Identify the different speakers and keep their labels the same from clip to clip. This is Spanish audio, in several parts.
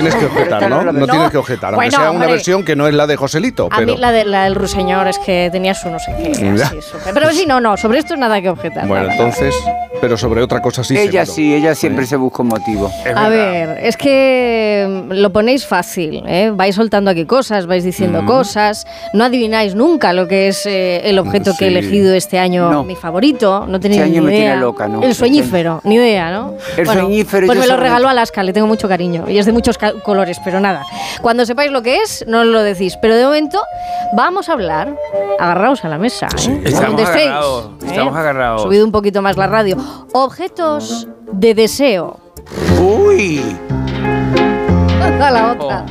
Speaker 1: Tienes que objetar, ¿no? No tienes que objetar, aunque
Speaker 2: Bueno,
Speaker 1: sea una
Speaker 2: hombre.
Speaker 1: versión que no es la de Joselito,
Speaker 2: A
Speaker 1: pero...
Speaker 2: mí la, de, la del ruiseñor es que tenía su no sé qué.
Speaker 1: Ya.
Speaker 2: así, súper- pero sí, no, no, sobre esto nada que objetar.
Speaker 1: Bueno,
Speaker 2: nada.
Speaker 1: entonces, pero sobre otra cosa sí
Speaker 3: ella
Speaker 1: seguro.
Speaker 3: sí, ella siempre se busca un motivo.
Speaker 2: A ver, es que mm, lo ponéis fácil, ¿eh? vais soltando aquí cosas, vais diciendo cosas, no adivináis nunca lo que es eh, el objeto que he
Speaker 1: Sí.
Speaker 2: elegido este año,
Speaker 3: No.
Speaker 2: mi favorito, no tenéis
Speaker 3: Este año
Speaker 2: ni
Speaker 3: me tiene
Speaker 2: idea.
Speaker 3: loca, ¿no? Este
Speaker 2: El sueñífero, ni idea, ¿no?
Speaker 3: El sueñífero,
Speaker 2: Pues
Speaker 3: yo
Speaker 2: me lo
Speaker 3: sobre-
Speaker 2: regaló Alaska, le tengo mucho cariño y es de muchos ca- colores, pero nada. Cuando sepáis lo que es, no lo decís, pero de momento vamos a hablar, agarraos a la mesa, ¿eh? No
Speaker 4: Estamos
Speaker 2: contestéis,
Speaker 4: agarrados, estamos agarrados.
Speaker 2: Subid un poquito más la radio. Objetos de deseo.
Speaker 3: ¡Uy!
Speaker 2: a la
Speaker 4: Oh.
Speaker 2: otra.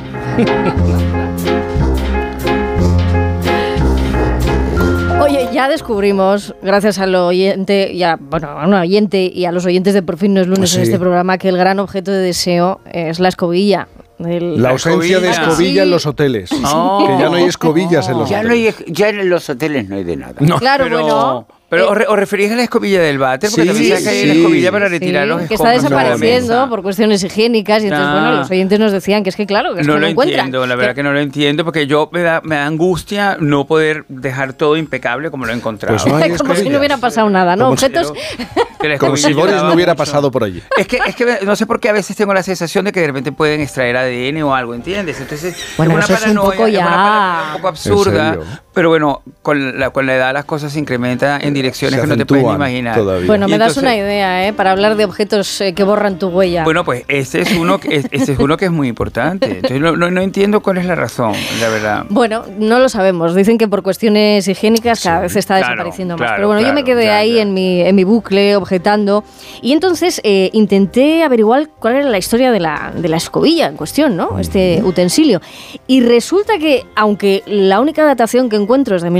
Speaker 2: Oye, ya descubrimos, gracias al oyente, y a, bueno, a un oyente y a los oyentes de Por fin no es lunes en
Speaker 1: Ah, Sí.
Speaker 2: este programa, que el gran objeto de deseo es la escobilla. El-
Speaker 1: La ausencia de
Speaker 4: escobilla.
Speaker 1: escobilla en los
Speaker 2: Sí.
Speaker 1: hoteles.
Speaker 4: Oh.
Speaker 1: Que ya no hay escobillas en los
Speaker 3: Ya, no
Speaker 1: hoteles.
Speaker 3: hay- ya en los hoteles no hay de nada.
Speaker 1: No.
Speaker 2: Claro,
Speaker 4: pero,
Speaker 2: bueno.
Speaker 4: Pero
Speaker 2: eh,
Speaker 4: os, re- os referís a la escobilla del váter, porque
Speaker 1: Sí,
Speaker 4: también sabes que hay una
Speaker 1: sí.
Speaker 4: escobilla para
Speaker 2: sí,
Speaker 4: retirar los
Speaker 2: que está
Speaker 4: escombros de la
Speaker 2: desapareciendo
Speaker 4: mesa.
Speaker 2: por cuestiones higiénicas y entonces,
Speaker 4: Ah.
Speaker 2: bueno, los oyentes nos decían que es que claro, que es
Speaker 4: no
Speaker 2: que
Speaker 4: lo
Speaker 2: no encuentran.
Speaker 4: entiendo, la verdad que no lo entiendo, porque yo me da, me da angustia no poder dejar todo impecable como lo he encontrado.
Speaker 1: Pues no hay
Speaker 2: Como si
Speaker 1: escobillas.
Speaker 2: no hubiera pasado nada, ¿no?
Speaker 1: Como si-
Speaker 2: Objetos...
Speaker 4: Que la
Speaker 1: Como
Speaker 4: escobilla
Speaker 1: si Boris
Speaker 4: ayudaba
Speaker 1: no hubiera
Speaker 4: mucho.
Speaker 1: pasado por allí.
Speaker 4: Es que, es que no sé por qué a veces tengo la sensación de que de repente pueden extraer ADN o algo, ¿entiendes? Entonces,
Speaker 2: Bueno,
Speaker 4: es una
Speaker 2: eso es un
Speaker 4: paranoia,
Speaker 2: poco
Speaker 4: es una
Speaker 2: ya.
Speaker 4: paranoia un poco absurda,
Speaker 1: ¿En serio?
Speaker 4: pero bueno, con la, con la edad las cosas se incrementan en direcciones
Speaker 1: Eh, Se
Speaker 4: que no te puedes ni
Speaker 1: acentúan
Speaker 4: imaginar.
Speaker 1: todavía.
Speaker 2: Bueno,
Speaker 4: Y
Speaker 2: me das
Speaker 4: entonces-
Speaker 2: una idea, ¿eh? Para hablar de objetos eh, que borran tu huella.
Speaker 4: Bueno, pues este es uno que, es- este es uno que es muy importante. Entonces, no, no- no entiendo cuál es la razón, la verdad.
Speaker 2: Bueno, no lo sabemos. Dicen que por cuestiones higiénicas cada vez está
Speaker 4: claro,
Speaker 2: desapareciendo más.
Speaker 4: claro,
Speaker 2: Pero bueno, yo me
Speaker 4: claro,
Speaker 2: quedé
Speaker 4: ya,
Speaker 2: ahí
Speaker 4: ya.
Speaker 2: En, mi, en mi bucle objetando. Y entonces eh, intenté averiguar cuál era la historia de la, de la escobilla en cuestión, ¿no? Este utensilio. Y resulta que, aunque la única datación que encuentro es de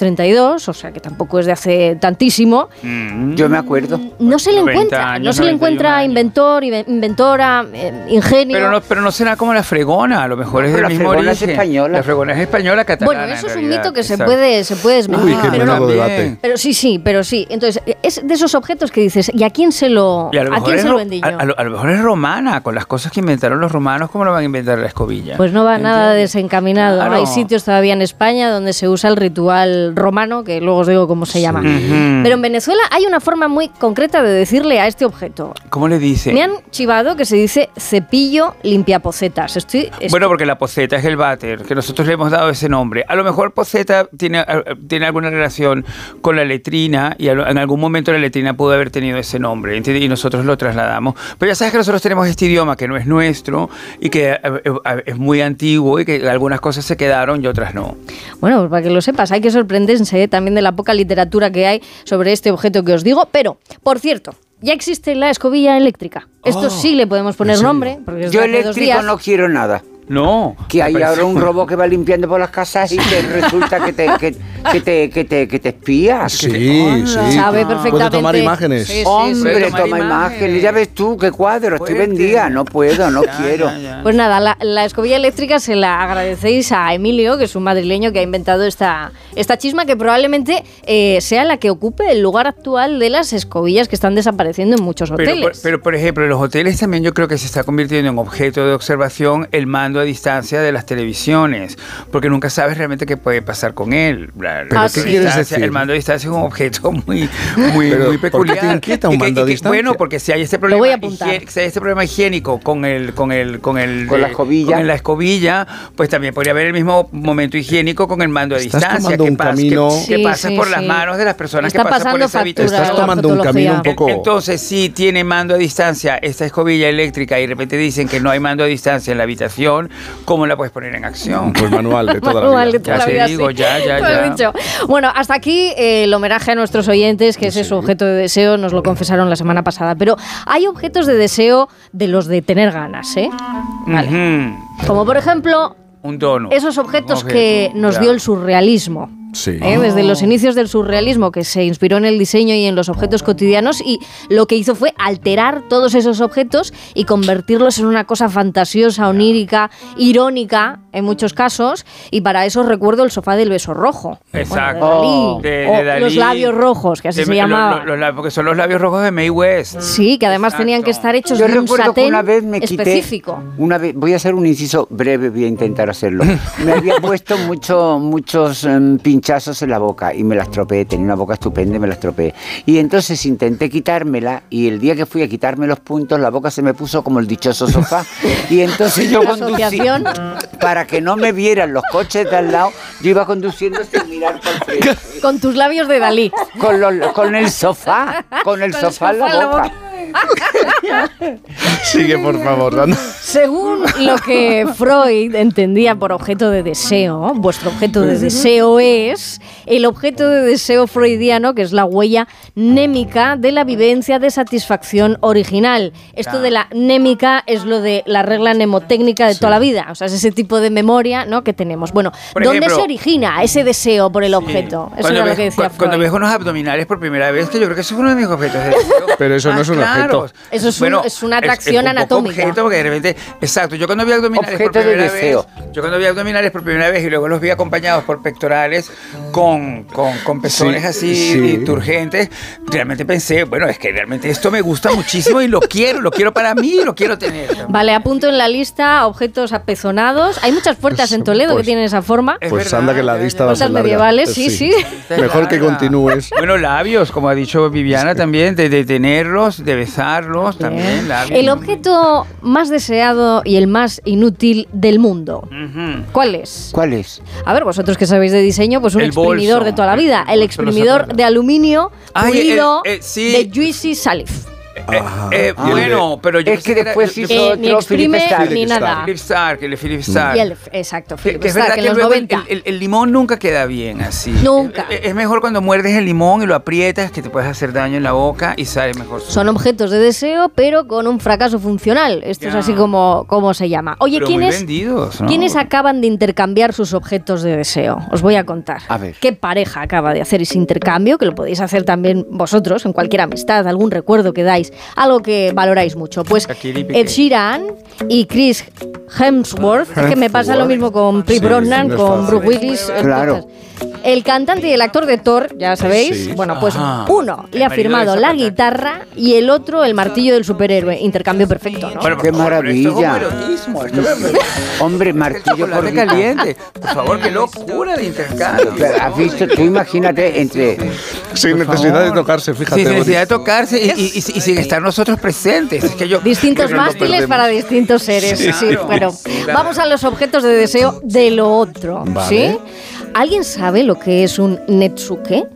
Speaker 2: 1932, o sea que tampoco es de hace tantísimo,
Speaker 4: Mm.
Speaker 3: Yo me acuerdo.
Speaker 2: no se le
Speaker 4: 90
Speaker 2: encuentra. no
Speaker 4: Pues años,
Speaker 2: se le
Speaker 4: 91
Speaker 2: encuentra
Speaker 4: años.
Speaker 2: inventor, inve- inventora, eh, ingenio.
Speaker 4: Pero no, pero no será como la fregona, a lo mejor
Speaker 3: No,
Speaker 4: es
Speaker 3: pero
Speaker 4: del
Speaker 3: la
Speaker 4: mismo
Speaker 3: fregona es
Speaker 4: origen.
Speaker 3: española.
Speaker 4: La fregona es española catalana.
Speaker 2: Bueno, eso
Speaker 4: en
Speaker 2: es un
Speaker 4: realidad,
Speaker 2: mito que se
Speaker 4: exacto.
Speaker 2: puede, se puede
Speaker 1: Uy,
Speaker 2: desmentir.
Speaker 1: qué
Speaker 2: pero,
Speaker 4: bueno.
Speaker 1: menudo
Speaker 4: también.
Speaker 1: debate.
Speaker 2: pero sí, sí, pero sí. Entonces, es de esos objetos que dices, ¿y a quién se lo,
Speaker 4: Y a lo,
Speaker 2: ¿a
Speaker 4: mejor
Speaker 2: quién
Speaker 4: es
Speaker 2: se
Speaker 4: ro-
Speaker 2: lo vendí yo?
Speaker 4: a- a lo- a lo mejor es romana, con las cosas que inventaron los romanos, ¿cómo lo van a inventar la escobilla?
Speaker 2: Pues no va nada
Speaker 4: ¿Entiendes?
Speaker 2: desencaminado.
Speaker 4: Claro.
Speaker 2: Hay sitios todavía en España donde se usa el ritual romano, que luego os digo cómo se llama.
Speaker 4: Ujú.
Speaker 2: Pero en Venezuela hay una forma muy concreta de decirle a este objeto.
Speaker 4: ¿Cómo le dicen?
Speaker 2: Me han chivado que se dice cepillo limpiapocetas. Estoy, estoy-
Speaker 4: Bueno, porque la poceta es el váter, que nosotros le hemos dado ese nombre. A lo mejor poceta tiene, eh, tiene alguna relación con la letrina y a lo- en algún momento la letrina pudo haber tenido ese nombre, ¿entiendes? Y nosotros lo trasladamos. Pero ya sabes que nosotros tenemos este idioma que no es nuestro y que eh, eh, es muy antiguo y que algunas cosas se quedaron y otras no.
Speaker 2: Bueno, pues para que lo sepas, hay que sorprenderse ¿eh? también de la poca literatura que hay sobre este objeto que os digo. Pero, por cierto, ya existe la escobilla eléctrica.
Speaker 4: Oh,
Speaker 2: Esto sí le podemos poner nombre. Porque es
Speaker 3: Yo
Speaker 2: de hace dos
Speaker 3: eléctrico
Speaker 2: días.
Speaker 3: no quiero nada.
Speaker 4: No.
Speaker 3: Que hay
Speaker 4: me parece-
Speaker 3: ahora un robot que va limpiando por las casas y te resulta que te, que, que te, que te, que te espía.
Speaker 1: Sí, sí.
Speaker 2: Sabe
Speaker 1: Puede
Speaker 2: perfectamente.
Speaker 1: tomar imágenes.
Speaker 2: Sí, sí,
Speaker 3: Hombre,
Speaker 4: sí, sí.
Speaker 3: toma
Speaker 4: Tomar
Speaker 3: imágenes.
Speaker 4: imágenes.
Speaker 3: Ya ves tú, qué cuadro. Estoy
Speaker 4: Fuerte.
Speaker 3: vendida. No puedo, no
Speaker 4: Ya,
Speaker 3: quiero.
Speaker 4: ya, ya.
Speaker 2: Pues nada, la, la escobilla eléctrica se la agradecéis a Emilio, que es un madrileño que ha inventado esta, esta chisma que probablemente eh, sea la que ocupe el lugar actual de las escobillas que están desapareciendo en muchos
Speaker 4: Pero,
Speaker 2: hoteles.
Speaker 4: por- pero, por ejemplo, en los hoteles también yo creo que se está convirtiendo en objeto de observación el mando a distancia de las televisiones, porque nunca sabes realmente qué puede pasar con él. La-
Speaker 1: Pero
Speaker 2: Ah,
Speaker 4: la
Speaker 1: ¿qué quieres
Speaker 4: distancia-
Speaker 1: decir?
Speaker 4: El mando a distancia es un objeto muy, muy,
Speaker 1: Pero, ¿por qué
Speaker 4: muy
Speaker 1: te
Speaker 4: peculiar.
Speaker 1: inquieta un
Speaker 4: Y que-
Speaker 1: mando a
Speaker 4: y que-
Speaker 1: distancia?
Speaker 4: Bueno, porque si hay este problema,
Speaker 2: voy a apuntar.
Speaker 4: higie- si hay este problema higiénico con el, con el, con el,
Speaker 3: Con la
Speaker 4: eh,
Speaker 3: escobilla.
Speaker 4: con la escobilla, pues también podría haber el mismo momento higiénico con el mando a
Speaker 1: Estás
Speaker 4: distancia
Speaker 1: tomando
Speaker 4: que,
Speaker 1: un
Speaker 4: pas- que-
Speaker 1: camino-
Speaker 4: que
Speaker 2: Sí,
Speaker 4: pasa
Speaker 2: sí,
Speaker 4: por las
Speaker 2: sí.
Speaker 4: manos de las personas
Speaker 2: Está
Speaker 4: que pasan por
Speaker 2: pasando
Speaker 4: esa
Speaker 2: factura
Speaker 4: habitación.
Speaker 1: Estás
Speaker 2: la
Speaker 1: tomando un camino un
Speaker 2: fotología.
Speaker 1: poco-
Speaker 4: Entonces, si tiene mando a distancia esta escobilla eléctrica y de repente dicen que no hay mando a distancia en la habitación, ¿cómo la puedes poner en acción?
Speaker 1: Pues manual de toda la
Speaker 2: Manual de
Speaker 1: vida.
Speaker 2: toda
Speaker 4: Ya
Speaker 2: la
Speaker 4: te
Speaker 2: vida,
Speaker 4: digo,
Speaker 2: sí.
Speaker 4: ya, ya,
Speaker 2: Tú has
Speaker 4: ya.
Speaker 2: dicho. Bueno, hasta aquí eh, el homenaje a nuestros oyentes, que ese es su objeto de deseo, nos lo confesaron la semana pasada. Pero hay objetos de deseo de los de tener ganas, ¿eh? Vale.
Speaker 4: Ujú.
Speaker 2: Como por ejemplo,
Speaker 4: Un tono.
Speaker 2: esos
Speaker 4: Un
Speaker 2: objetos
Speaker 4: objeto,
Speaker 2: que nos
Speaker 4: ya.
Speaker 2: dio el surrealismo.
Speaker 1: Sí.
Speaker 4: Ah.
Speaker 2: ¿eh? desde los inicios del surrealismo, que se inspiró en el diseño y en los
Speaker 4: Ah.
Speaker 2: objetos cotidianos, y lo que hizo fue alterar todos esos objetos y convertirlos en una cosa fantasiosa, onírica, irónica en muchos casos, y para eso recuerdo el sofá del beso rojo.
Speaker 4: Exacto.
Speaker 2: Bueno,
Speaker 4: Oh.
Speaker 2: de Dalí.
Speaker 4: De- de
Speaker 2: O Los
Speaker 4: Dalí.
Speaker 2: labios rojos, que así
Speaker 4: De-
Speaker 2: se
Speaker 4: lo-
Speaker 2: llamaba.
Speaker 4: lo- lo- la- porque son los labios rojos de May West.
Speaker 2: Sí, que además tenían que
Speaker 4: Exacto.
Speaker 2: estar hechos
Speaker 3: Yo
Speaker 2: de un
Speaker 3: recuerdo que
Speaker 2: satén
Speaker 3: una vez me quité.
Speaker 2: específico.
Speaker 3: Una vez, voy a hacer un inciso breve, voy a intentar hacerlo. Me había puesto mucho- muchos em, pinchazos en la boca y me las tropeé. Tenía una boca estupenda y me las tropeé. Y entonces intenté quitármela y el día que fui a quitarme los puntos, la boca se me puso como el dichoso sofá. Y entonces yo
Speaker 2: La
Speaker 3: conducí.
Speaker 2: asociación.
Speaker 3: Para que no me vieran los coches de al lado, yo iba conduciendo sin mirar por frente.
Speaker 2: Con tus labios de Dalí.
Speaker 3: Con, los- con el sofá, con el
Speaker 2: Con
Speaker 3: sofá en la boca.
Speaker 1: Sigue, por favor, Dana.
Speaker 2: Según lo que Freud entendía por objeto de deseo, vuestro objeto de deseo es el objeto de deseo freudiano, que es la huella némica de la vivencia de satisfacción original. Esto de la némica es lo de la regla mnemotécnica de toda la vida, o sea, es ese tipo de memoria ¿no? que tenemos. Bueno,
Speaker 4: Por
Speaker 2: ¿dónde
Speaker 4: ejemplo-
Speaker 2: se origina ese deseo por el
Speaker 4: Sí.
Speaker 2: objeto? Eso
Speaker 4: Cuando
Speaker 2: era lo
Speaker 4: ves-
Speaker 2: que decía
Speaker 4: cu- Cuando
Speaker 2: Freud.
Speaker 4: ves unos abdominales por primera vez, que yo creo que eso es uno de mis objetos de deseo. Ah,
Speaker 1: Pero eso no
Speaker 4: Más
Speaker 1: es un
Speaker 4: claros.
Speaker 1: objeto.
Speaker 2: Eso es un- es una atracción
Speaker 4: un poco
Speaker 2: anatómica.
Speaker 4: objeto, porque de repente, exacto, yo cuando vi abdominales
Speaker 3: Objeto
Speaker 4: por
Speaker 3: de
Speaker 4: primera
Speaker 3: deseo.
Speaker 4: vez, yo cuando vi abdominales por primera vez y luego los vi acompañados por pectorales con, con, con pezones
Speaker 1: Sí,
Speaker 4: así
Speaker 1: sí.
Speaker 4: y turgentes, realmente pensé, bueno, es que realmente esto me gusta muchísimo y lo quiero, lo quiero para mí, y lo quiero tener.
Speaker 2: Vale, apunto en la lista objetos apezonados. Hay muchas puertas en
Speaker 1: Pues-
Speaker 2: Toledo que tienen esa forma.
Speaker 4: Es
Speaker 1: Pues
Speaker 4: verdad,
Speaker 1: anda que la
Speaker 4: ya,
Speaker 1: lista
Speaker 4: ya.
Speaker 1: va a ser
Speaker 2: Cuentas
Speaker 1: larga.
Speaker 2: medievales, sí, sí.
Speaker 1: Mejor que
Speaker 4: Larga.
Speaker 1: continúes.
Speaker 4: Bueno, labios, como ha dicho Viviana también, de, de tenerlos, de besarlos también. labios.
Speaker 2: El objeto más deseado y el más inútil del mundo.
Speaker 4: Ujú.
Speaker 2: ¿Cuál es?
Speaker 3: ¿Cuál es?
Speaker 2: A ver, vosotros que sabéis de diseño, pues un
Speaker 4: El
Speaker 2: exprimidor
Speaker 4: bolso.
Speaker 2: de toda la vida.
Speaker 4: El
Speaker 2: El
Speaker 4: bolso, los
Speaker 2: exprimidor
Speaker 4: zapatos.
Speaker 2: de aluminio
Speaker 4: Ay,
Speaker 2: pulido
Speaker 4: el- el- sí.
Speaker 2: de Juicy Salif.
Speaker 4: Eh, eh,
Speaker 1: Ah.
Speaker 4: bueno, pero yo
Speaker 3: Es que
Speaker 4: pensé era-
Speaker 3: después
Speaker 4: yo-
Speaker 3: hizo
Speaker 4: yo-
Speaker 2: Eh, ni
Speaker 3: otro Philip
Speaker 2: exprime
Speaker 3: Stark.
Speaker 2: ni
Speaker 1: Philip Stark.
Speaker 2: nada.
Speaker 4: Philip Stark, el
Speaker 3: Mm.
Speaker 4: Philip Stark.
Speaker 2: Y el, exacto,
Speaker 4: Que-
Speaker 2: Philip
Speaker 4: que es verdad
Speaker 2: Stark, en
Speaker 4: que
Speaker 2: los
Speaker 4: luego el,
Speaker 2: 90.
Speaker 4: el- el limón nunca queda bien así. Eh,
Speaker 2: Nunca.
Speaker 4: Es, es mejor cuando muerdes el limón y lo aprietas, que te puedes hacer daño en la boca y sale mejor.
Speaker 2: Son objetos de deseo, pero con un fracaso funcional. Esto es
Speaker 4: Ya.
Speaker 2: así como, como se llama. Oye,
Speaker 4: Pero muy
Speaker 2: ¿quiénes,
Speaker 4: vendidos, ¿no?
Speaker 2: ¿quiénes acaban de intercambiar sus objetos de deseo? Os voy a contar.
Speaker 3: A ver.
Speaker 2: ¿Qué pareja acaba de hacer ese intercambio? Que lo podéis hacer también vosotros, en cualquier amistad, algún recuerdo que dais, algo que valoráis mucho. Pues
Speaker 4: Shakira y Piqué.
Speaker 2: Ed Sheeran y Chris Hemsworth, es que me pasa lo mismo con Pri
Speaker 1: Sí,
Speaker 2: Brosnan,
Speaker 1: no es
Speaker 2: con
Speaker 1: fácil.
Speaker 2: Bruce Willis. entonces,
Speaker 3: Claro.
Speaker 2: El cantante y el actor de Thor, ya sabéis,
Speaker 1: Sí.
Speaker 2: bueno, pues
Speaker 4: Ah.
Speaker 2: uno
Speaker 4: El
Speaker 2: le ha
Speaker 4: marido
Speaker 2: firmado
Speaker 4: de
Speaker 2: la
Speaker 4: Zapata.
Speaker 2: guitarra y el otro el martillo del superhéroe. Intercambio perfecto, ¿no?
Speaker 4: Bueno, por
Speaker 3: ¡Qué
Speaker 4: favor, pero esto es
Speaker 3: maravilla!
Speaker 4: como erotismo, esto es-
Speaker 3: Hombre,
Speaker 4: el
Speaker 3: martillo por
Speaker 4: chocolate caliente. Por favor, qué locura de intercambio.
Speaker 3: Pero, ¿Has visto? Tú imagínate entre...
Speaker 1: Sin necesidad de tocarse, fíjate.
Speaker 4: Sin
Speaker 1: Boris.
Speaker 4: necesidad de tocarse y, y- y- y sin estar nosotros presentes. Es que yo,
Speaker 2: Distintos
Speaker 4: que no nos
Speaker 2: mástiles para distintos seres. Sí,
Speaker 4: Sí, claro.
Speaker 2: bueno,
Speaker 4: Claro.
Speaker 2: vamos a los objetos de deseo de lo otro,
Speaker 1: Vale.
Speaker 2: ¿sí? ¿Alguien sabe lo que es un netsuke?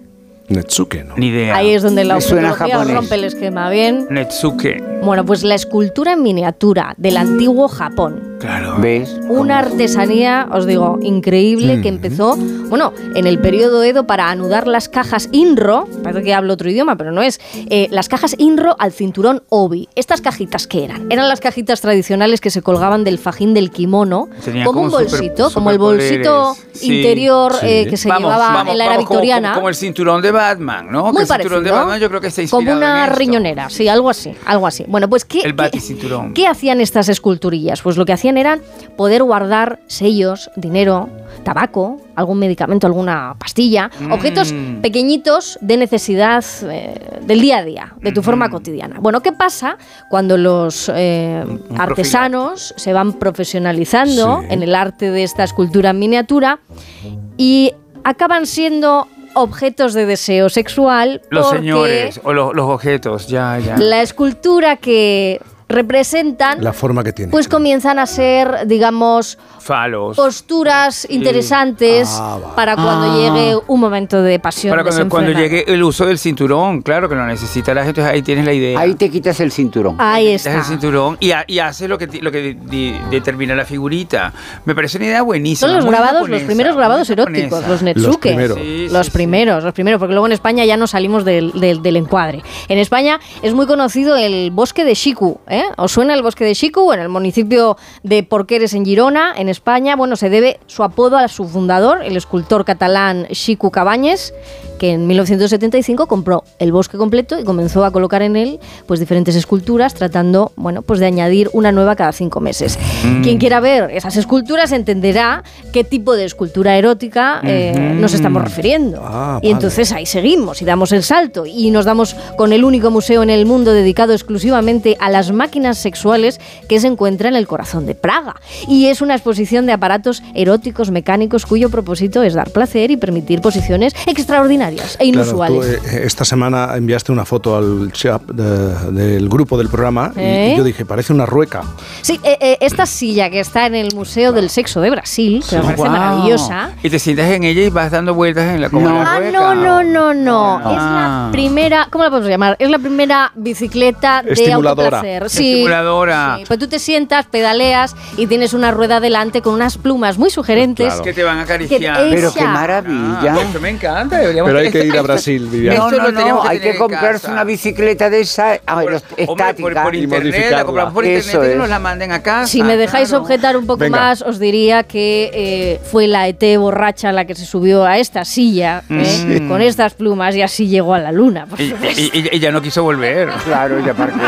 Speaker 1: Netsuke, ¿no?
Speaker 4: Ni idea.
Speaker 2: Ahí es donde la
Speaker 3: Me suena
Speaker 2: ufología
Speaker 3: japonés.
Speaker 2: rompe el esquema, ¿bien?
Speaker 4: Netsuke.
Speaker 2: Bueno, pues la escultura en miniatura del antiguo Japón.
Speaker 4: Claro.
Speaker 3: ¿Ves?
Speaker 2: Una artesanía, os digo, increíble que empezó, bueno, en el periodo Edo para anudar las cajas INRO, parece que hablo otro idioma, pero no es, eh, las cajas INRO al cinturón OBI. ¿Estas cajitas qué eran? Eran las cajitas tradicionales que se colgaban del fajín del kimono,
Speaker 4: Tenía
Speaker 2: como, un
Speaker 4: como super-
Speaker 2: bolsito, como el bolsito
Speaker 4: superpoderes. Sí,
Speaker 2: interior
Speaker 1: sí.
Speaker 2: eh, que se llevaba en la era
Speaker 4: vamos, como-
Speaker 2: victoriana.
Speaker 4: Como, como el cinturón de Batman, ¿no? que
Speaker 2: muy
Speaker 4: el
Speaker 2: parecido.
Speaker 4: cinturón de Batman yo creo que está inspirado
Speaker 2: Como una
Speaker 4: en esto.
Speaker 2: riñonera, sí, algo así, algo así. Bueno, pues ¿qué,
Speaker 4: El
Speaker 2: qué,
Speaker 4: baticinturón.
Speaker 2: qué hacían estas esculturillas? Pues lo que hacían eran poder guardar sellos, dinero, tabaco, algún medicamento, alguna pastilla,
Speaker 4: Mm.
Speaker 2: objetos pequeñitos de necesidad eh, del día a día, de tu
Speaker 4: Mm.
Speaker 2: forma cotidiana. Bueno, ¿qué pasa cuando los eh,
Speaker 4: un
Speaker 2: artesanos se van profesionalizando
Speaker 1: Sí.
Speaker 2: en el arte de esta escultura en miniatura y acaban siendo objetos de deseo sexual
Speaker 4: Los
Speaker 2: porque
Speaker 4: señores o los, los objetos, ya, ya.
Speaker 2: la escultura que representan
Speaker 1: La forma que tiene.
Speaker 2: pues comienzan a ser digamos
Speaker 4: Falos.
Speaker 2: posturas interesantes
Speaker 1: Ah, vale.
Speaker 2: para cuando
Speaker 3: Ah.
Speaker 2: llegue un momento de pasión
Speaker 4: Para cuando, cuando
Speaker 2: desenfrenada.
Speaker 4: llegue el uso del cinturón, claro que lo necesita la gente, ahí tienes la idea.
Speaker 3: Ahí te quitas el cinturón.
Speaker 2: ahí
Speaker 4: Quitas
Speaker 2: está
Speaker 4: el cinturón y, ha- y haces lo que, ti- lo que di- determina la figurita. Me parece una idea buenísima.
Speaker 2: son los
Speaker 4: muy
Speaker 2: grabados los
Speaker 4: japonesa,
Speaker 2: primeros grabados
Speaker 4: muy
Speaker 2: eróticos
Speaker 4: japonesa.
Speaker 2: los netsuke
Speaker 1: primeros.
Speaker 4: Sí,
Speaker 2: los
Speaker 4: sí,
Speaker 2: primeros, los primeros, porque luego en España ya no salimos del, del- del encuadre. En España es muy conocido el bosque de Shiku, ¿eh? ¿eh? ¿Os suena el bosque de Xicu en el municipio de Porqueres en Girona, en España? Bueno, se debe su apodo a su fundador, el escultor catalán Xicu Cabañes, que en 1975 compró el bosque completo y comenzó a colocar en él pues diferentes esculturas tratando, bueno, pues de añadir una nueva cada cinco meses. Quien quiera ver esas esculturas entenderá qué tipo de escultura erótica eh, nos estamos refiriendo.
Speaker 1: Ah,
Speaker 2: y
Speaker 1: vale.
Speaker 2: entonces ahí seguimos y damos el salto y nos damos con el único museo en el mundo dedicado exclusivamente a las máquinas sexuales que se encuentra en el corazón de Praga. Y es una exposición de aparatos eróticos mecánicos cuyo propósito es dar placer y permitir posiciones extraordinarias e
Speaker 1: Claro, tú,
Speaker 2: inusuales.
Speaker 1: eh, esta semana enviaste una foto al chat de- del grupo del programa y-
Speaker 2: ¿Eh?
Speaker 1: y yo dije, parece una rueca.
Speaker 2: Sí, eh, eh, esta silla que está en el Museo del Sexo de Brasil, que me parece
Speaker 3: Guau.
Speaker 2: maravillosa.
Speaker 4: Y te sientas en ella y vas dando vueltas en la como
Speaker 3: No.
Speaker 4: la
Speaker 2: Ah,
Speaker 4: rueca.
Speaker 2: no, no, no, no.
Speaker 4: No, no.
Speaker 2: Es la
Speaker 4: Ah.
Speaker 2: primera, ¿cómo la podemos llamar? Es la primera bicicleta de
Speaker 1: Estimuladora.
Speaker 2: autoplacer. Sí.
Speaker 4: Estimuladora.
Speaker 2: Sí, Pues tú te sientas, pedaleas y tienes una rueda delante con unas plumas muy sugerentes.
Speaker 1: Claro.
Speaker 4: Que te van a acariciar.
Speaker 2: Que-
Speaker 3: Pero qué
Speaker 2: Esa.
Speaker 4: Ah,
Speaker 3: maravilla.
Speaker 4: esto me encanta. deberíamos-
Speaker 1: Pero hay que
Speaker 4: esto-
Speaker 1: ir a
Speaker 4: esto-
Speaker 1: Brasil, Vivian.
Speaker 4: Esto
Speaker 3: No,
Speaker 4: lo
Speaker 3: no, no,
Speaker 4: tenemos que
Speaker 3: hay
Speaker 4: tener
Speaker 3: que
Speaker 4: en
Speaker 3: comprarse
Speaker 4: casa.
Speaker 3: una bicicleta de esa
Speaker 4: Hombre,
Speaker 3: estática.
Speaker 4: por, por
Speaker 1: Y
Speaker 4: internet,
Speaker 1: modificarla.
Speaker 4: la compramos por
Speaker 3: Eso
Speaker 4: internet y
Speaker 3: es.
Speaker 4: nos la manden a casa.
Speaker 2: Si me dejáis
Speaker 4: Ah, claro.
Speaker 2: objetar un poco
Speaker 1: Venga.
Speaker 2: más, os diría que eh, fue la ET borracha la que se subió a esta silla ¿eh?
Speaker 4: Sí.
Speaker 2: con estas plumas y así llegó a la luna. por
Speaker 4: Mm. Y,
Speaker 2: supuesto.
Speaker 4: y- y- y ya no quiso volver.
Speaker 3: Claro, ya para qué.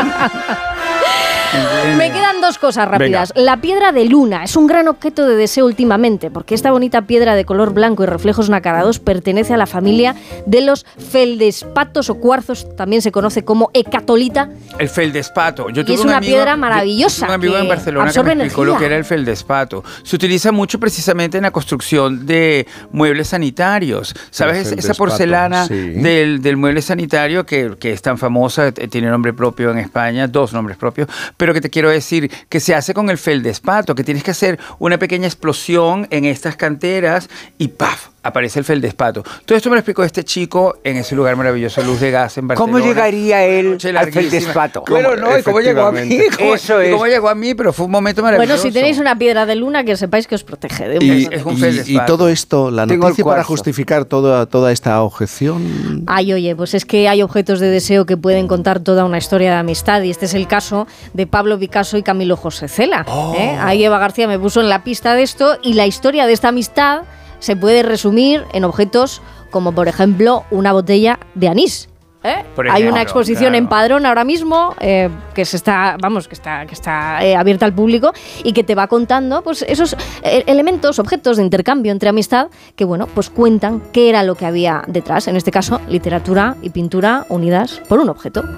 Speaker 4: Eh,
Speaker 2: Me quedan dos cosas rápidas. La piedra de luna es un gran objeto de deseo últimamente, porque esta bonita piedra de color blanco y reflejos nacarados pertenece a la familia de los feldespatos o cuarzos, también se conoce como hecatolita.
Speaker 4: El feldespato. Yo
Speaker 2: Y
Speaker 4: tuve
Speaker 2: es
Speaker 4: un
Speaker 2: una
Speaker 4: amigo-
Speaker 2: piedra
Speaker 4: yo-
Speaker 2: maravillosa
Speaker 4: tuve Un amigo
Speaker 2: que
Speaker 4: en Barcelona que me
Speaker 2: absorbe
Speaker 4: explicó
Speaker 2: energía.
Speaker 4: lo que era el feldespato. Se utiliza mucho precisamente en la construcción de muebles sanitarios.
Speaker 1: El
Speaker 4: ¿Sabes? Esa
Speaker 1: feldespato,
Speaker 4: porcelana
Speaker 1: sí.
Speaker 4: del, del mueble sanitario que, que es tan famosa, t- tiene nombre propio en España, dos nombres propios, pero que te quiero decir que se hace con el feldespato, que tienes que hacer una pequeña explosión en estas canteras y ¡paf! aparece el feldespato. Todo esto me lo explicó este chico en ese lugar maravilloso, Luz de Gas en Barcelona.
Speaker 3: ¿Cómo llegaría él
Speaker 4: Noche
Speaker 3: al
Speaker 4: larguísima.
Speaker 3: feldespato?
Speaker 4: Claro, no, y cómo llegó a mí.
Speaker 1: Efectivamente.
Speaker 4: Cómo,
Speaker 3: Eso
Speaker 4: y cómo
Speaker 3: es.
Speaker 4: llegó a mí, pero fue un momento maravilloso.
Speaker 2: Bueno, si tenéis una piedra de luna, que sepáis que os protege de un
Speaker 1: Y,
Speaker 2: montón de
Speaker 4: es un
Speaker 1: y-
Speaker 4: feldespato.
Speaker 1: y todo esto, la
Speaker 3: Tengo el
Speaker 1: noticia para
Speaker 3: cuarzo.
Speaker 1: justificar toda, toda esta objeción.
Speaker 2: Ay, oye, pues es que hay objetos de deseo que pueden contar toda una historia de amistad y este es el caso de Pablo Picasso y Camilo José Cela. ¿eh? Ahí Eva García me puso en la pista de esto y la historia de esta amistad se puede resumir en objetos como por ejemplo una botella de anís. ¿eh?
Speaker 4: Por
Speaker 2: Hay
Speaker 4: ejemplo,
Speaker 2: una exposición
Speaker 4: claro.
Speaker 2: en Padrón ahora mismo eh, que se está, vamos, que está, que está eh, abierta al público y que te va contando pues esos eh, elementos, objetos de intercambio entre amistad que bueno, pues cuentan qué era lo que había detrás. En este caso, literatura y pintura unidas por un objeto.